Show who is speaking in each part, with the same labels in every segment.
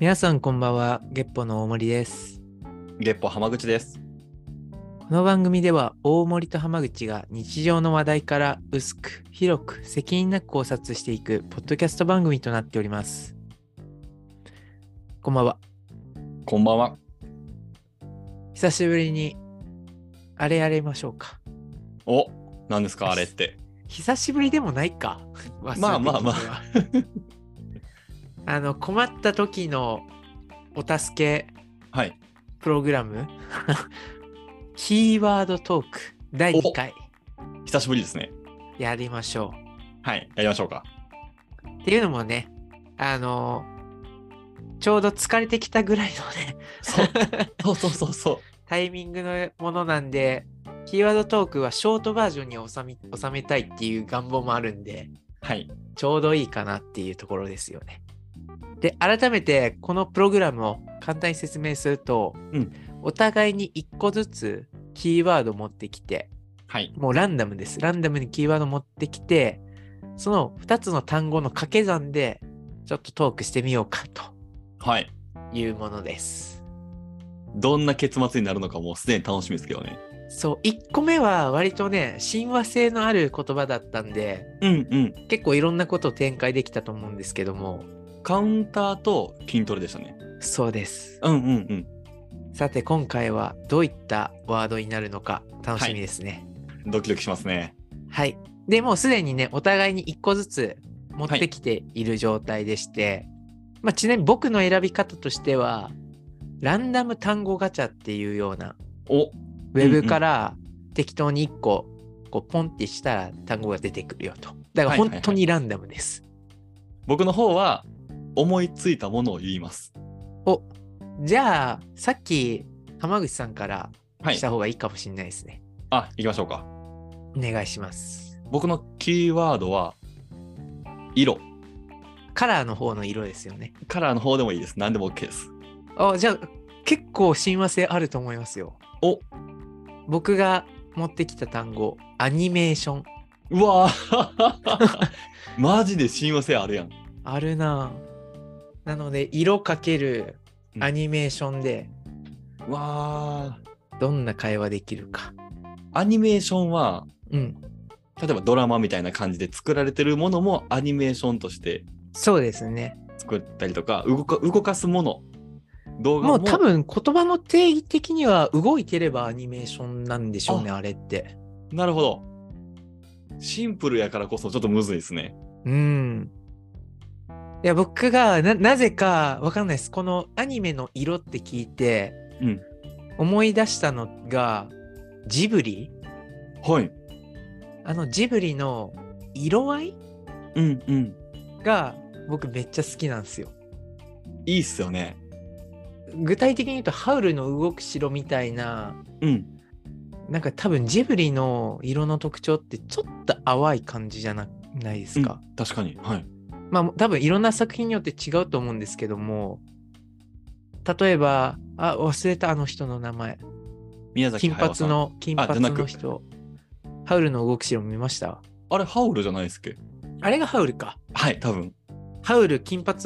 Speaker 1: 皆さんこんばんは、月歩の大森です。
Speaker 2: 月歩浜口です。
Speaker 1: この番組では大森と浜口が日常の話題から薄く、広く、責任なく考察していくポッドキャスト番組となっております。こんばんは。
Speaker 2: こんばんは。
Speaker 1: 久しぶりに、あれやりましょうか。
Speaker 2: お、何ですかあれって。
Speaker 1: 久しぶりでもないか。
Speaker 2: まあまあまあ
Speaker 1: 忘れてきた な。あの、困った時のお助け
Speaker 2: はい。
Speaker 1: プログラ ムキーワードトーク第2回
Speaker 2: 久しぶりですね。
Speaker 1: やりましょ
Speaker 2: はい。やりましょうか。
Speaker 1: う。っていうのもね、あのちょうど疲れてきたぐらい
Speaker 2: そう
Speaker 1: のね、
Speaker 2: そうそうそうそう。
Speaker 1: タイミングのものなんで、キーワードトークはショートバージョンに収め収めたいっていう願望もあるんで、
Speaker 2: はい。
Speaker 1: ちょうどいいかなっていうところですよね。で、改めてこのプログラムを簡単に説明すると、
Speaker 2: うん
Speaker 1: お互いに1個ずつキーワード持ってきて、
Speaker 2: はい。
Speaker 1: もうランダムです。ランダムにキーワード持ってきて、その2つの単語の掛け算で、ちょっとトークしてみようかと
Speaker 2: はい。
Speaker 1: いうものです。
Speaker 2: どんな結末になるのかもうすでに楽しみですけどね。
Speaker 1: そう、1個目は割とね、親和性のある言葉だったんで、
Speaker 2: うんうん。
Speaker 1: 結構いろんなことを展開できたと思うんですけども、
Speaker 2: カウンターと筋トレでしたね。
Speaker 1: そうです。
Speaker 2: うんうんうん。
Speaker 1: さて、今回はどういったワードになるのか楽しみですね。
Speaker 2: ドキドキしますね。
Speaker 1: はい。でもうすでにね、お互いに1個ずつ持ってきている状態でして、まあ、ちなみに僕の選び方としては、ランダム単語ガチャっていうような、
Speaker 2: お、
Speaker 1: ウェブから適当に1個、こうポンってしたら単語が出てくるよと。だから
Speaker 2: はいはいはい
Speaker 1: 本当にランダムです。
Speaker 2: 僕の方は思いついたものを言います。
Speaker 1: おじゃあ、さっき浜口さんから
Speaker 2: はい
Speaker 1: し。た方がいいかもしれないですね。
Speaker 2: あ、行きましょうか。
Speaker 1: お願いします。
Speaker 2: 僕のキーワードは、色。
Speaker 1: カラーの方の色ですよね。
Speaker 2: カラーの方でもいいです。何でも OK です。
Speaker 1: あじゃあ結構親和性あると思いますよ。
Speaker 2: お
Speaker 1: 僕が持ってきた単語アニメーション
Speaker 2: うわぁ マジで親和性あるやん。
Speaker 1: あるなぁなので色かけるアニメーションで
Speaker 2: うわぁ
Speaker 1: どんな会話できるか
Speaker 2: アニメーションは、
Speaker 1: うん
Speaker 2: 例えばドラマみたいな感じで作られてるものもアニメーションとして
Speaker 1: そうですね
Speaker 2: 作ったりとか、動か動かすもの、動画
Speaker 1: もう
Speaker 2: も。
Speaker 1: 多分言葉の定義的には動いてればアニメーションなんでしょうねあれって
Speaker 2: なるほど。シンプルやからこそちょっとむずいですね。
Speaker 1: うんいや僕がななぜかわかんないですこのアニメの色って聞いて
Speaker 2: うん
Speaker 1: 思い出したのがジブリ
Speaker 2: はい。
Speaker 1: あのジブリの色合い
Speaker 2: うんうん。
Speaker 1: が僕めっちゃ好きなんですよ。
Speaker 2: いいっすよね。
Speaker 1: 具体的に言うとハウルの動く城みたいな
Speaker 2: うん。
Speaker 1: なんか多分ジブリの色の特徴ってちょっと淡い感じじゃなないですか。
Speaker 2: うん確かに。はい。
Speaker 1: まあ多分いろんな作品によって違うと思うんですけども例えばあ忘れたあの人の名前
Speaker 2: 宮崎
Speaker 1: 金
Speaker 2: 駿
Speaker 1: 髪
Speaker 2: さん。
Speaker 1: の金髪
Speaker 2: じゃな
Speaker 1: の
Speaker 2: く
Speaker 1: 人ハウルの動く城見ました
Speaker 2: あれ、ハウルじゃないっすっけ
Speaker 1: あれがハウルか
Speaker 2: はい、多分。
Speaker 1: ハウル金髪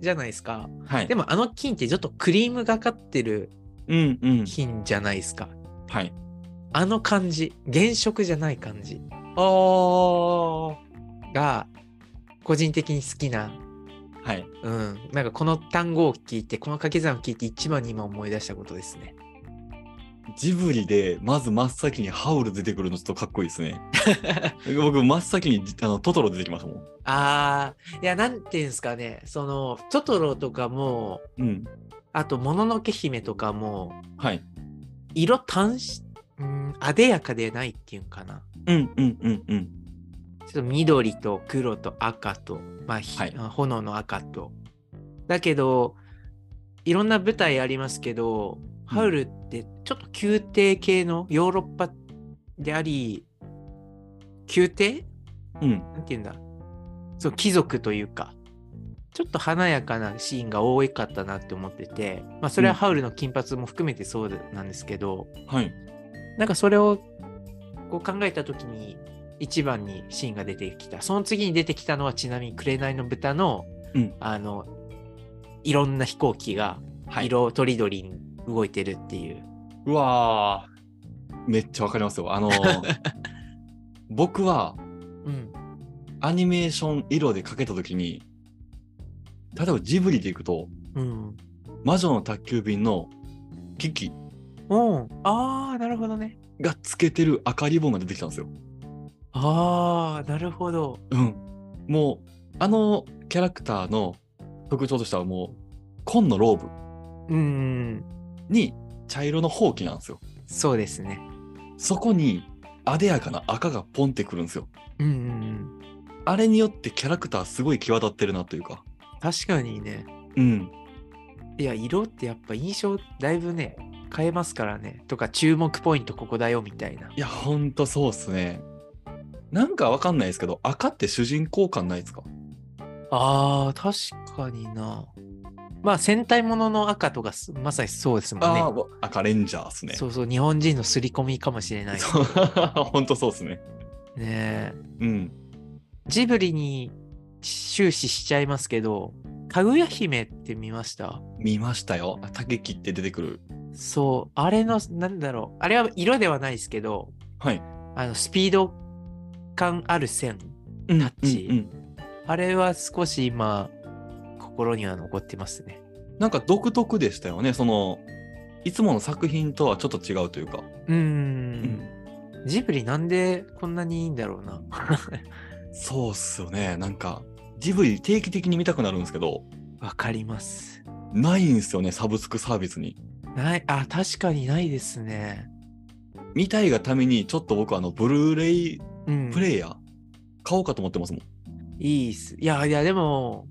Speaker 1: じゃないですか
Speaker 2: はい。
Speaker 1: でもあの金ってちょっとクリームがかってる
Speaker 2: うんうん。
Speaker 1: 金じゃないですか。
Speaker 2: はい。
Speaker 1: あの感じ、原色じゃない感じ
Speaker 2: ああ。は
Speaker 1: が、個人的に好きな、
Speaker 2: い。
Speaker 1: うん、なんかこの単語を聞いて、この掛け算を聞いて一番に今思い出したことですね。
Speaker 2: ジブリでまず真っ先にハウル出てくるのちょっとかっこいいです ね。僕真っ先にあのトトロ出てきましたもん。
Speaker 1: あー、いや、なんていうんですかね、その、トトロとかも、
Speaker 2: うん。
Speaker 1: あと、もののけ姫とかも、
Speaker 2: はい。
Speaker 1: 色単し、うん、あでやかでないっていうんかな。
Speaker 2: うんうんうんうん。
Speaker 1: ちょっと緑と黒と赤と、まあひ
Speaker 2: はい
Speaker 1: 炎の赤と。だけど、いろんな舞台ありますけど、ハウルってちょっと宮廷系のヨーロッパであり、宮廷
Speaker 2: うん。
Speaker 1: なんて言うんだそう、貴族というか、ちょっと華やかなシーンが多かったなって思ってて、まあそれは
Speaker 2: うん
Speaker 1: ハウルの金髪も含めてそうなんですけど、
Speaker 2: はい。
Speaker 1: なんかそれをこう考えた時に一番にシーンが出てきたその次に出てきたのはちなみに「紅の豚の」
Speaker 2: うん
Speaker 1: あのいろんな飛行機が
Speaker 2: はい
Speaker 1: 色とりどりに動いてるっていう。
Speaker 2: うわーめっちゃわかりますよ。あの ー僕は
Speaker 1: うん。
Speaker 2: アニメーション色で描けた時に例えばジブリでいくと
Speaker 1: うん。
Speaker 2: 「魔女の宅急便」のキキ
Speaker 1: うん。ああ、なるほどね。
Speaker 2: がつけてる赤リボンが出てきたんですよ。
Speaker 1: ああ、なるほど。
Speaker 2: うん、もうあのキャラクターの特徴としてはもう紺のローブ
Speaker 1: うん。
Speaker 2: に茶色のほうきなんですよ。
Speaker 1: そうですね。
Speaker 2: そこに艶やかな赤がポンってくるんですよ。
Speaker 1: うんうん
Speaker 2: あれによってキャラクターすごい際立ってるなというか。
Speaker 1: うん。確かにね。
Speaker 2: うん。
Speaker 1: いや、色ってやっぱ印象だいぶね、変えますからね。とか、注目ポイントここだよみたいな。
Speaker 2: いや、ほんとそうっすね。なんかわかんないですけど、赤って主人公感ないですか
Speaker 1: ああ、確かにな。まあ、戦隊ものの赤とかすまさにそうですもんね。
Speaker 2: ああ、わ赤レンジャーっすね。
Speaker 1: そうそう、日本人の刷り込みかもしれない。ね
Speaker 2: そう。 ほんとそうっすね。
Speaker 1: え
Speaker 2: うん。
Speaker 1: ジブリに終始しちゃいますけど、かぐや姫って見ました
Speaker 2: 見ましたよ。あ竹切って出てくる。
Speaker 1: そう、あれの、なんだろう、あれは色ではないですけど、
Speaker 2: はい。
Speaker 1: あの、スピード感ある線、
Speaker 2: タ
Speaker 1: ッチ
Speaker 2: うんうん
Speaker 1: あれは少し今、心には残ってますね。
Speaker 2: なんか独特でしたよね。その、いつもの作品とはちょっと違うというか。
Speaker 1: うーん。ジブリなんでこんなにいいんだろうな。
Speaker 2: そうっすよね。なんか、ジブリ定期的に見たくなるんですけど、
Speaker 1: わかります。
Speaker 2: ないんですよね、サブスクサービスに。
Speaker 1: ない、あ、確かにないですね。
Speaker 2: 見たいがために、ちょっと僕、あの、ブルーレイ
Speaker 1: うん。
Speaker 2: プレイヤー、買おうかと思ってますもん。
Speaker 1: いいっす。いやいや、でも、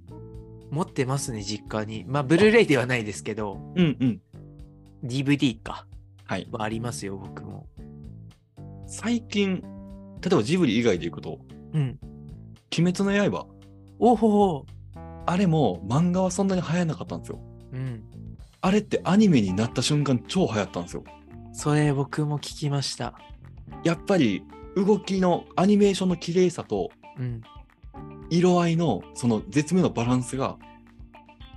Speaker 1: 持ってますね、実家に。まあ、ブルーレイではないですけど、
Speaker 2: うんうん。
Speaker 1: DVD か。
Speaker 2: はい。
Speaker 1: はありますよ、僕も。
Speaker 2: 最近、例えばジブリ以外でいくと、
Speaker 1: うん。
Speaker 2: 鬼滅の刃、
Speaker 1: おほほ。
Speaker 2: あれも漫画はそんなに流行らなかったんですよ。
Speaker 1: うん。
Speaker 2: あれってアニメになった瞬間超流行ったんですよ。
Speaker 1: それ、僕も聞きました。
Speaker 2: やっぱり動きのアニメーションの綺麗さと
Speaker 1: うん。
Speaker 2: 色合いのその絶妙なバランスが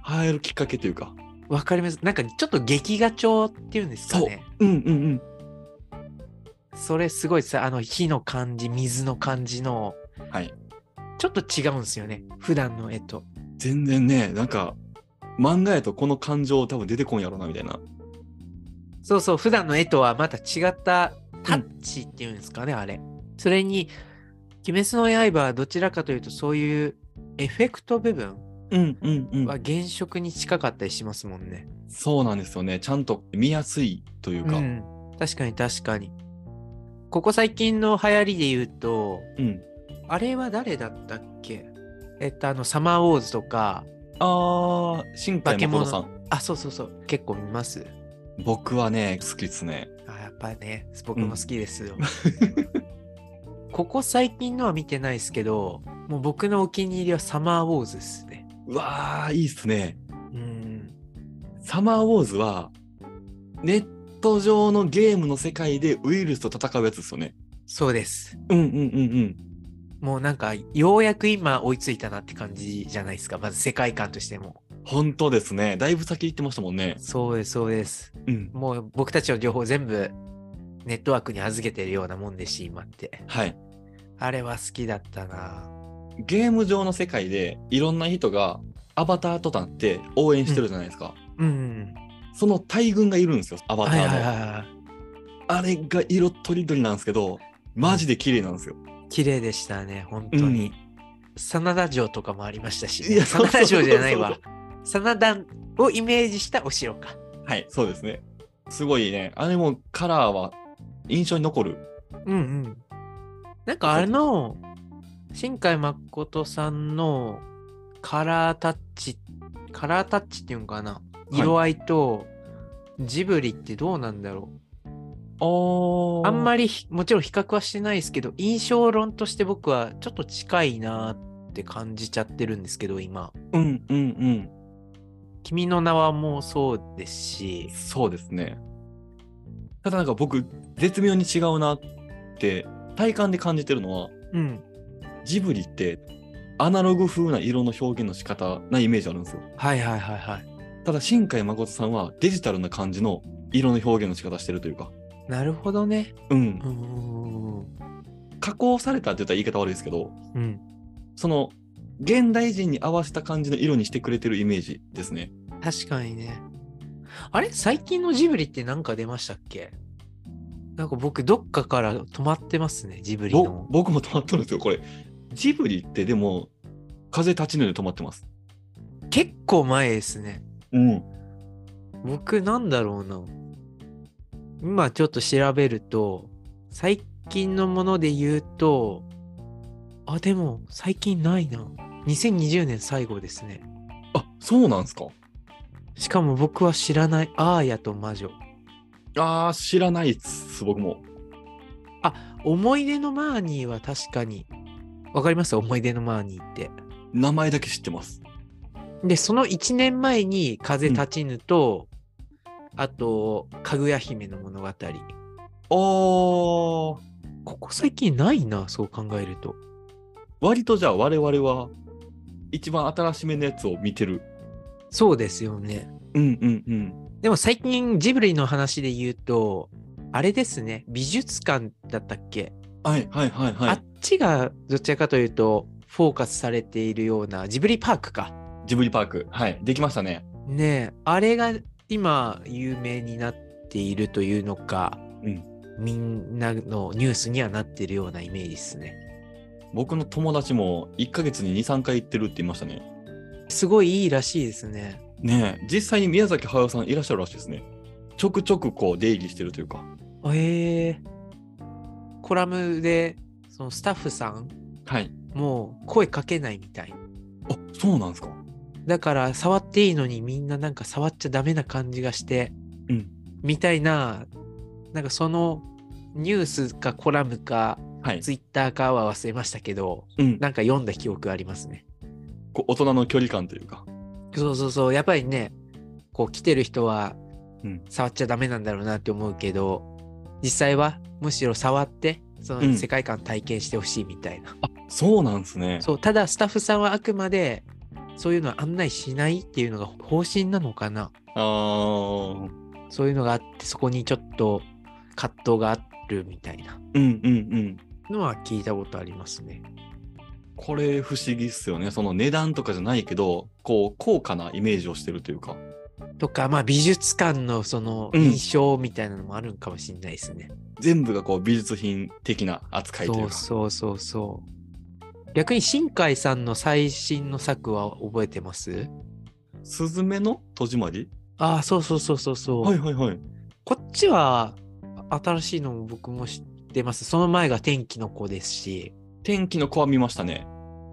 Speaker 2: 入るきっかけというか、
Speaker 1: わかります。なんか、ちょっと劇画調っていうんですかね。
Speaker 2: うんうんうん。
Speaker 1: それ、すごいさ、あの、火の感じ、水の感じの、
Speaker 2: はい。
Speaker 1: ちょっと違うんですよね。普段の絵と。
Speaker 2: 全然ね、なんか漫画やとこの感情多分出てこんやろなみたいな。
Speaker 1: そうそう、普段の絵とはまた違ったタッチっていうんですかね、あれ。それに、鬼滅の刃はどちらかというと、そういうエフェクト部分
Speaker 2: うんうんう
Speaker 1: は原色に近かったりしますもんね。
Speaker 2: そうなんですよね。ちゃんと見やすいというか。
Speaker 1: うん確かに確かに。ここ最近の流行りで言うと、
Speaker 2: うん
Speaker 1: あれは誰だったっけえっと、あの、サマーウォーズとか、
Speaker 2: あー、新海誠さ
Speaker 1: 化
Speaker 2: ん。
Speaker 1: あ、そうそうそう、結構見ます。
Speaker 2: 僕はね、好きですね。
Speaker 1: あやっぱね、僕も好きですよ。 ここ最近のは見てないですけど、もう僕のお気に入りはサマーウォーズですね。
Speaker 2: うわー、いいっすね。
Speaker 1: うん。
Speaker 2: サマーウォーズは、ネット上のゲームの世界でウイルスと戦うやつですよね。
Speaker 1: そうです。
Speaker 2: うんうんうん
Speaker 1: もうなんか、ようやく今追いついたなって感じじゃないですか。まず世界観としても。
Speaker 2: うん。本当ですね。だいぶ先行ってましたもんね。
Speaker 1: そうです、そうです。
Speaker 2: うん。
Speaker 1: もう僕たちの情報全部ネットワークに預けてるようなもんでし、今って。
Speaker 2: はい。
Speaker 1: あれは好きだったな。
Speaker 2: ゲーム上の世界で、いろんな人がアバターとなって応援してるじゃないですか。
Speaker 1: うん。
Speaker 2: その大群がいるんですよ、アバタ
Speaker 1: はい
Speaker 2: ーの。
Speaker 1: はいはいはい。
Speaker 2: あれが色とりどりなんですけど、マジで綺麗なんですよ。
Speaker 1: 綺麗でしたね、本当に。真田城とかもありましたし、
Speaker 2: いやそう
Speaker 1: 真田
Speaker 2: そうそ
Speaker 1: 城
Speaker 2: う
Speaker 1: じゃないわ。真田をイメージしたお城か。
Speaker 2: はい、そうですね。すごいね。あれもカラーは印象に残る。
Speaker 1: うんうん。なんかあの、新海誠さんのカラータッチ、カラータッチっていうのかな。
Speaker 2: い
Speaker 1: 色合いとジブリってどうなんだろう。あんま
Speaker 2: り。
Speaker 1: りひもちろん比較はしてないですけど印象論として僕はちょっと近いなーって感じちゃってるんですけど今
Speaker 2: うんうん
Speaker 1: 「君の名は」もそうですし
Speaker 2: うん。そうですね。ただなんか僕、絶妙に違うなって、体感で感じてるのは、
Speaker 1: うん
Speaker 2: ジブリってアナログ風な色の表現の仕方なイメージあるんですよ。
Speaker 1: はいはいはいはい。
Speaker 2: ただ新海誠さんはデジタルな感じの色の表現の仕方してるというか、
Speaker 1: なるほどね。
Speaker 2: うん
Speaker 1: う、んうんうん
Speaker 2: 加工されたって言ったら言い方悪いですけど、
Speaker 1: うん。うん
Speaker 2: その現代人に合わせた感じの色にしてくれてるイメージですね。
Speaker 1: 確かにね。あれ最近のジブリって何か出ましたっけなんか僕、どっかから止まってますね、ジブリ
Speaker 2: ぼ
Speaker 1: の。
Speaker 2: 僕も止まっとるんですよ、これ。ジブリってでも、風立ちぬで止まってます。
Speaker 1: 結構前ですね。
Speaker 2: うん。
Speaker 1: 僕、なんだろうな。今ちょっと調べると、最近のもので言うと、あ、でも最近ないな。2020年最後ですね。
Speaker 2: あ、そうなんですか
Speaker 1: しかも僕は知らない、アーヤと魔女。
Speaker 2: あー、知らないっす、僕も。
Speaker 1: 思い出のマーニーは確かに。わかります思い出のマーニーって。
Speaker 2: 名前だけ知ってます。
Speaker 1: で、その1年前に風立ちぬと、あと、かぐや姫の物語。こ
Speaker 2: あー、
Speaker 1: こ最近ないな、そう考えると。
Speaker 2: 割とじゃあ我々は、一番新しめのやつを見てる。
Speaker 1: そうですよね。
Speaker 2: うんうんうん。
Speaker 1: でも最近ジブリの話で言うと、あれですね、美術館だったっけ、
Speaker 2: はいはいはいは
Speaker 1: あっ
Speaker 2: い。
Speaker 1: ちがどちらかというと、フォーカスされているような、ジブリパークか。
Speaker 2: ジブリパーク。はい。できましたね。
Speaker 1: ねえ、あれが今有名になっているというのか、
Speaker 2: うん
Speaker 1: みんなのニュースにはなってるようなイメージですね。
Speaker 2: 僕の友達も1ヶ月に2、3回行ってるって言いましたね。
Speaker 1: すごいいいらしいですね。
Speaker 2: ねえ、実際に宮崎駿さんいらっしゃるらしいですね。ちょくちょくこう出入りしてるというか。
Speaker 1: へえコラムでそのスタッフさん
Speaker 2: はい。
Speaker 1: もう声かけないみたい。
Speaker 2: あ、そうなんですか。
Speaker 1: だから触っていいのにみんななんか触っちゃダメな感じがして、
Speaker 2: うん
Speaker 1: みたいな、なんかそのニュースかコラムか
Speaker 2: はい。
Speaker 1: ツイッターかは忘れましたけど、
Speaker 2: うん。
Speaker 1: なんか読んだ記憶ありますね。
Speaker 2: こう大人の距離感というか。
Speaker 1: そうそうそう、やっぱりね、こう来てる人は
Speaker 2: うん
Speaker 1: 触っちゃダメなんだろうなって思うけど、実際はむしろ触って、そうの
Speaker 2: ん
Speaker 1: 世界観体験してほしいみたいな。
Speaker 2: そうなんですね。
Speaker 1: そう、ただスタッフさんはあくまで、そういうのは案内しないっていうのが方針なのかな。
Speaker 2: あー
Speaker 1: そういうのがあって、そこにちょっと葛藤があるみたいな
Speaker 2: うんうんうん。
Speaker 1: のは聞いたことありますね。
Speaker 2: これ不思議っすよね。その値段とかじゃないけど、こう、高価なイメージをしてるというか。
Speaker 1: とか、まあ美術館のその
Speaker 2: うん
Speaker 1: 印象みたいなのもあるんかもしれないですね。
Speaker 2: 全部がこう美術品的な扱いとい
Speaker 1: そうう
Speaker 2: か。
Speaker 1: そうそうそう。逆に新海さんの最新の作は覚えてます
Speaker 2: スズメの戸締まり
Speaker 1: ああ、そうそうそうそうそう、
Speaker 2: はいはいはい。
Speaker 1: こっちは新しいのも僕も知ってます。その前が天気の子ですし。
Speaker 2: 天気の子は見ましたね。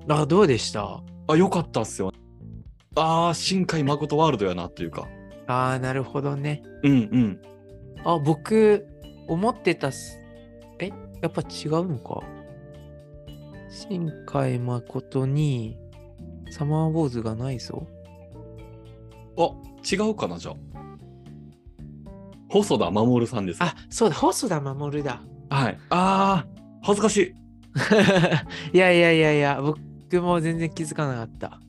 Speaker 1: あどうでした
Speaker 2: あ、よかったっすよ。あー、新海誠ワールドやなというか。
Speaker 1: ああ、なるほどね。
Speaker 2: うんうん。
Speaker 1: あ、僕、思ってたす。えやっぱ違うのか。新海誠にサマーウォーズがないぞ。
Speaker 2: あ、違うかな、じゃあ。細田守さんです。
Speaker 1: あ、そうだ、細田守だ。
Speaker 2: はい。あー、恥ずかしい。
Speaker 1: いやいやいやいや、僕も全然気づかなかった。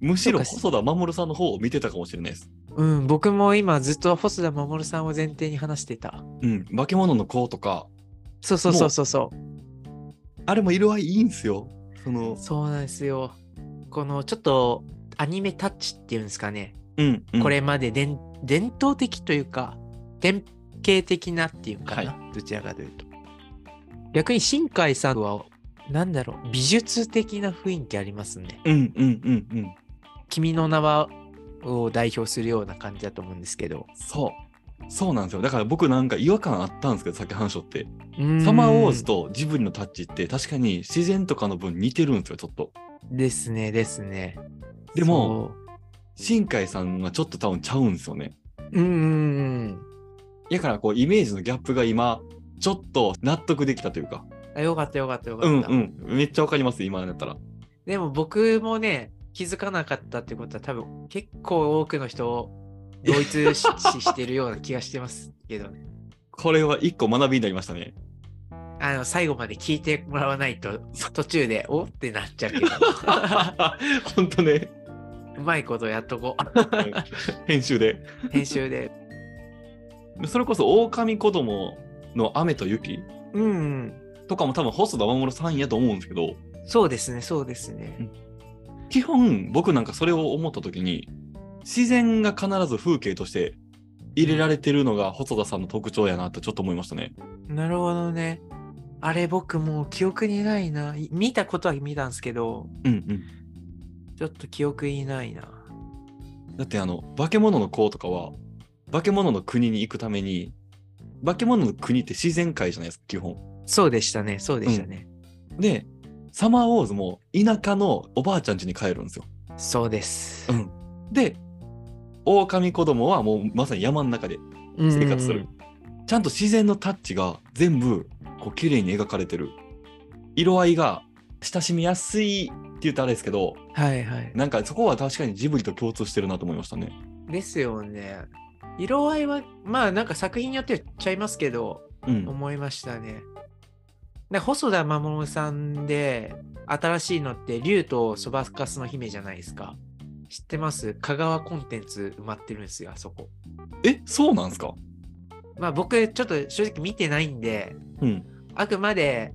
Speaker 2: むしろ
Speaker 1: そうかし
Speaker 2: 細田守さんの方を見てたかもしれないです。
Speaker 1: うん、僕も今ずっと細田守さんを前提に話してた。
Speaker 2: うん。化け物の子とか、
Speaker 1: そうそうそうそうそ
Speaker 2: あれも色合いいいんすよ。その
Speaker 1: う。、そうなんですよ。このちょっとアニメタッチっていうんですかね。
Speaker 2: うん、うん
Speaker 1: こ。れまで伝伝統的というか、典型的なっていうかな、
Speaker 2: は
Speaker 1: どちらかというと。逆に新海さんは、なんだろう、美術的な雰囲気ありますね。
Speaker 2: うん、うん、うん、うん。
Speaker 1: 君の名はを代表するような感じだと思うんですけど。
Speaker 2: そう。そうなんですよ。だから僕なんか違和感あったんですけど、さっき話しとって。
Speaker 1: サ
Speaker 2: サマーウォーズとジブリのタッチって確かに自然とかの分似てるんですよ、ちょっと。
Speaker 1: ですね、ですね。
Speaker 2: でも新海さんはちょっと多分ちゃうんですよね。
Speaker 1: そう、うんうんうん
Speaker 2: やからこうイメージのギャップが今ちょっと納得できたというか
Speaker 1: あ。よかったよかったよか
Speaker 2: う
Speaker 1: った。
Speaker 2: んうんめっちゃわかります今だったら
Speaker 1: でも僕もね、気づかなかったってことは多分結構多くの人を同一視 視してるような気がしてますけどね。
Speaker 2: これは一個学びになりましたね
Speaker 1: あの最後まで聞いてもらわないと途中でおってなっちゃう けど
Speaker 2: ほんとね、
Speaker 1: うまいことやっとこ
Speaker 2: 編集で。
Speaker 1: う編集で
Speaker 2: それこそ、狼子供の雨と雪
Speaker 1: うんうん
Speaker 2: とかも多分、細田守さんやと思うんですけど、
Speaker 1: そうですねそうですね
Speaker 2: 基本、僕なんかそれを思った時に、自然が必ず風景として入れられてるのが細田さんの特徴やなってちょっと思いましたね。
Speaker 1: なるほどねあれ僕もう記憶にないない見たことは見たんですけど
Speaker 2: うんうん。
Speaker 1: ちょっと記憶にないな
Speaker 2: だってあの化け物の子とかは化け物の国に行くために化け物の国って自然界じゃないですか基本
Speaker 1: そうでしたねそうでしたね、
Speaker 2: でサマーウォーズも田舎のおばあちゃん家に帰るんですよ
Speaker 1: そうです
Speaker 2: うんで狼子供はもうまさに山の中で生活する、ちゃんと自然のタッチが全部こう綺麗に描かれてる色合いが親しみやすいって言うとあれですけど
Speaker 1: うんはいはい
Speaker 2: なんかそこは確かにジブリと共通してるなと思いましたね
Speaker 1: ですよね色合いはまあなんか作品によってはちゃいますけど
Speaker 2: うん
Speaker 1: 思いましたね。で細田守さんで新しいのって竜とそばかすの姫じゃないですか。知ってます香川コンテンツ埋まってるんですよ、あそこ。
Speaker 2: えそうなんですか
Speaker 1: まあ僕ちょっと正直見てないんで、
Speaker 2: うん
Speaker 1: あくまで、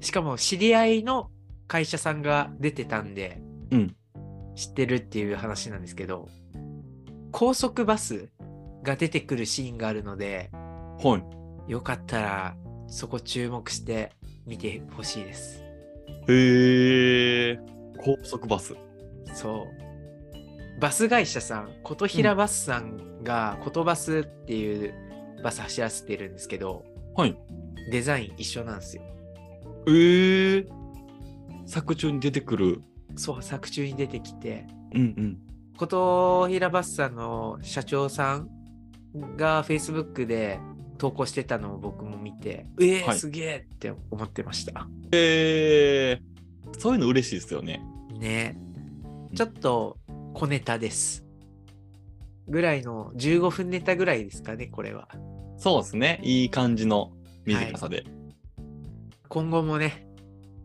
Speaker 1: しかも知り合いの会社さんが出てたんで、
Speaker 2: うん
Speaker 1: 知ってるっていう話なんですけど、高速バスが出てくるシーンがあるので、
Speaker 2: はい
Speaker 1: よかったらそこ注目して見てほしいです。
Speaker 2: へえ。高速バス。
Speaker 1: そう。バス会社さん、琴平バスさんが、ことバスっていうバス走らせてるんですけど、
Speaker 2: はい
Speaker 1: デザイン一緒なんですよ。
Speaker 2: ええ。作中に出てくる。
Speaker 1: そう、作中に出てきて、
Speaker 2: うんうん。
Speaker 1: 琴平バスさんの社長さんが Facebook で投稿してたのを僕も見て、えー、
Speaker 2: はい
Speaker 1: すげえって思ってました。
Speaker 2: ええ。そういうの嬉しいですよね。
Speaker 1: ねちょっと小ネタです。ぐらいの15分ネタぐらいですかね、これは。
Speaker 2: そうですね。いい感じの短さで。
Speaker 1: 今後もね、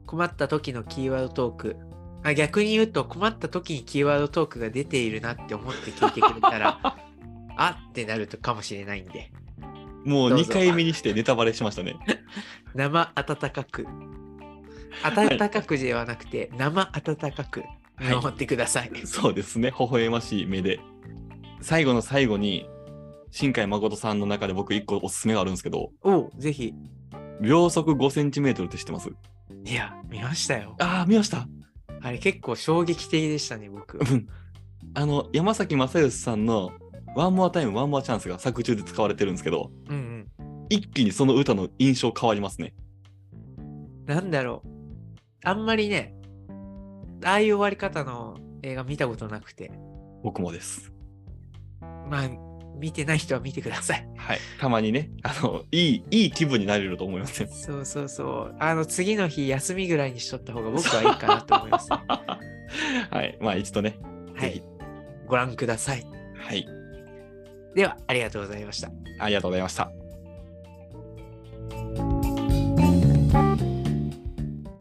Speaker 1: 困った時のキーワードトーク。あ逆に言うと困った時にキーワードトークが出ているなって思って聞いてくれたら、 あってなるとかもしれないんで、
Speaker 2: もう
Speaker 1: どうぞ
Speaker 2: 2回目にしてネタバレしましたね。
Speaker 1: 生温かく。温かくではなくて、生温かく
Speaker 2: はい
Speaker 1: 守ってください。
Speaker 2: そうですね。微笑ましい目で。最後の最後に、新海誠さんの中で僕1個おすすめがあるんですけど、
Speaker 1: おうぜひ。
Speaker 2: 秒速5センチメートルって知ってます
Speaker 1: いや、見ましたよ。
Speaker 2: ああ、見ました。
Speaker 1: あれ結構衝撃的でしたね、僕。
Speaker 2: うんあの、山崎正義さんの、ワンモアタイム、ワンモアチャンスが作中で使われてるんですけど、
Speaker 1: うんうん。
Speaker 2: 一気にその歌の印象変わりますね。
Speaker 1: なんだろう。あんまりね、ああいう終わり方の映画見たことなくて、
Speaker 2: 僕もです。
Speaker 1: まあ、見てない人は見てくださ い。
Speaker 2: はい。たまにね、あの、いい、いい気分になれると思いますね。
Speaker 1: そうそうそう。あの、次の日休みぐらいにしとった方が僕はいいかなと思い ますね、
Speaker 2: はい。まあ一度ね、
Speaker 1: は
Speaker 2: ぜ
Speaker 1: い。ご覧ください。
Speaker 2: ひ。はい。
Speaker 1: では、ありがとうございました。
Speaker 2: ありがとうございました。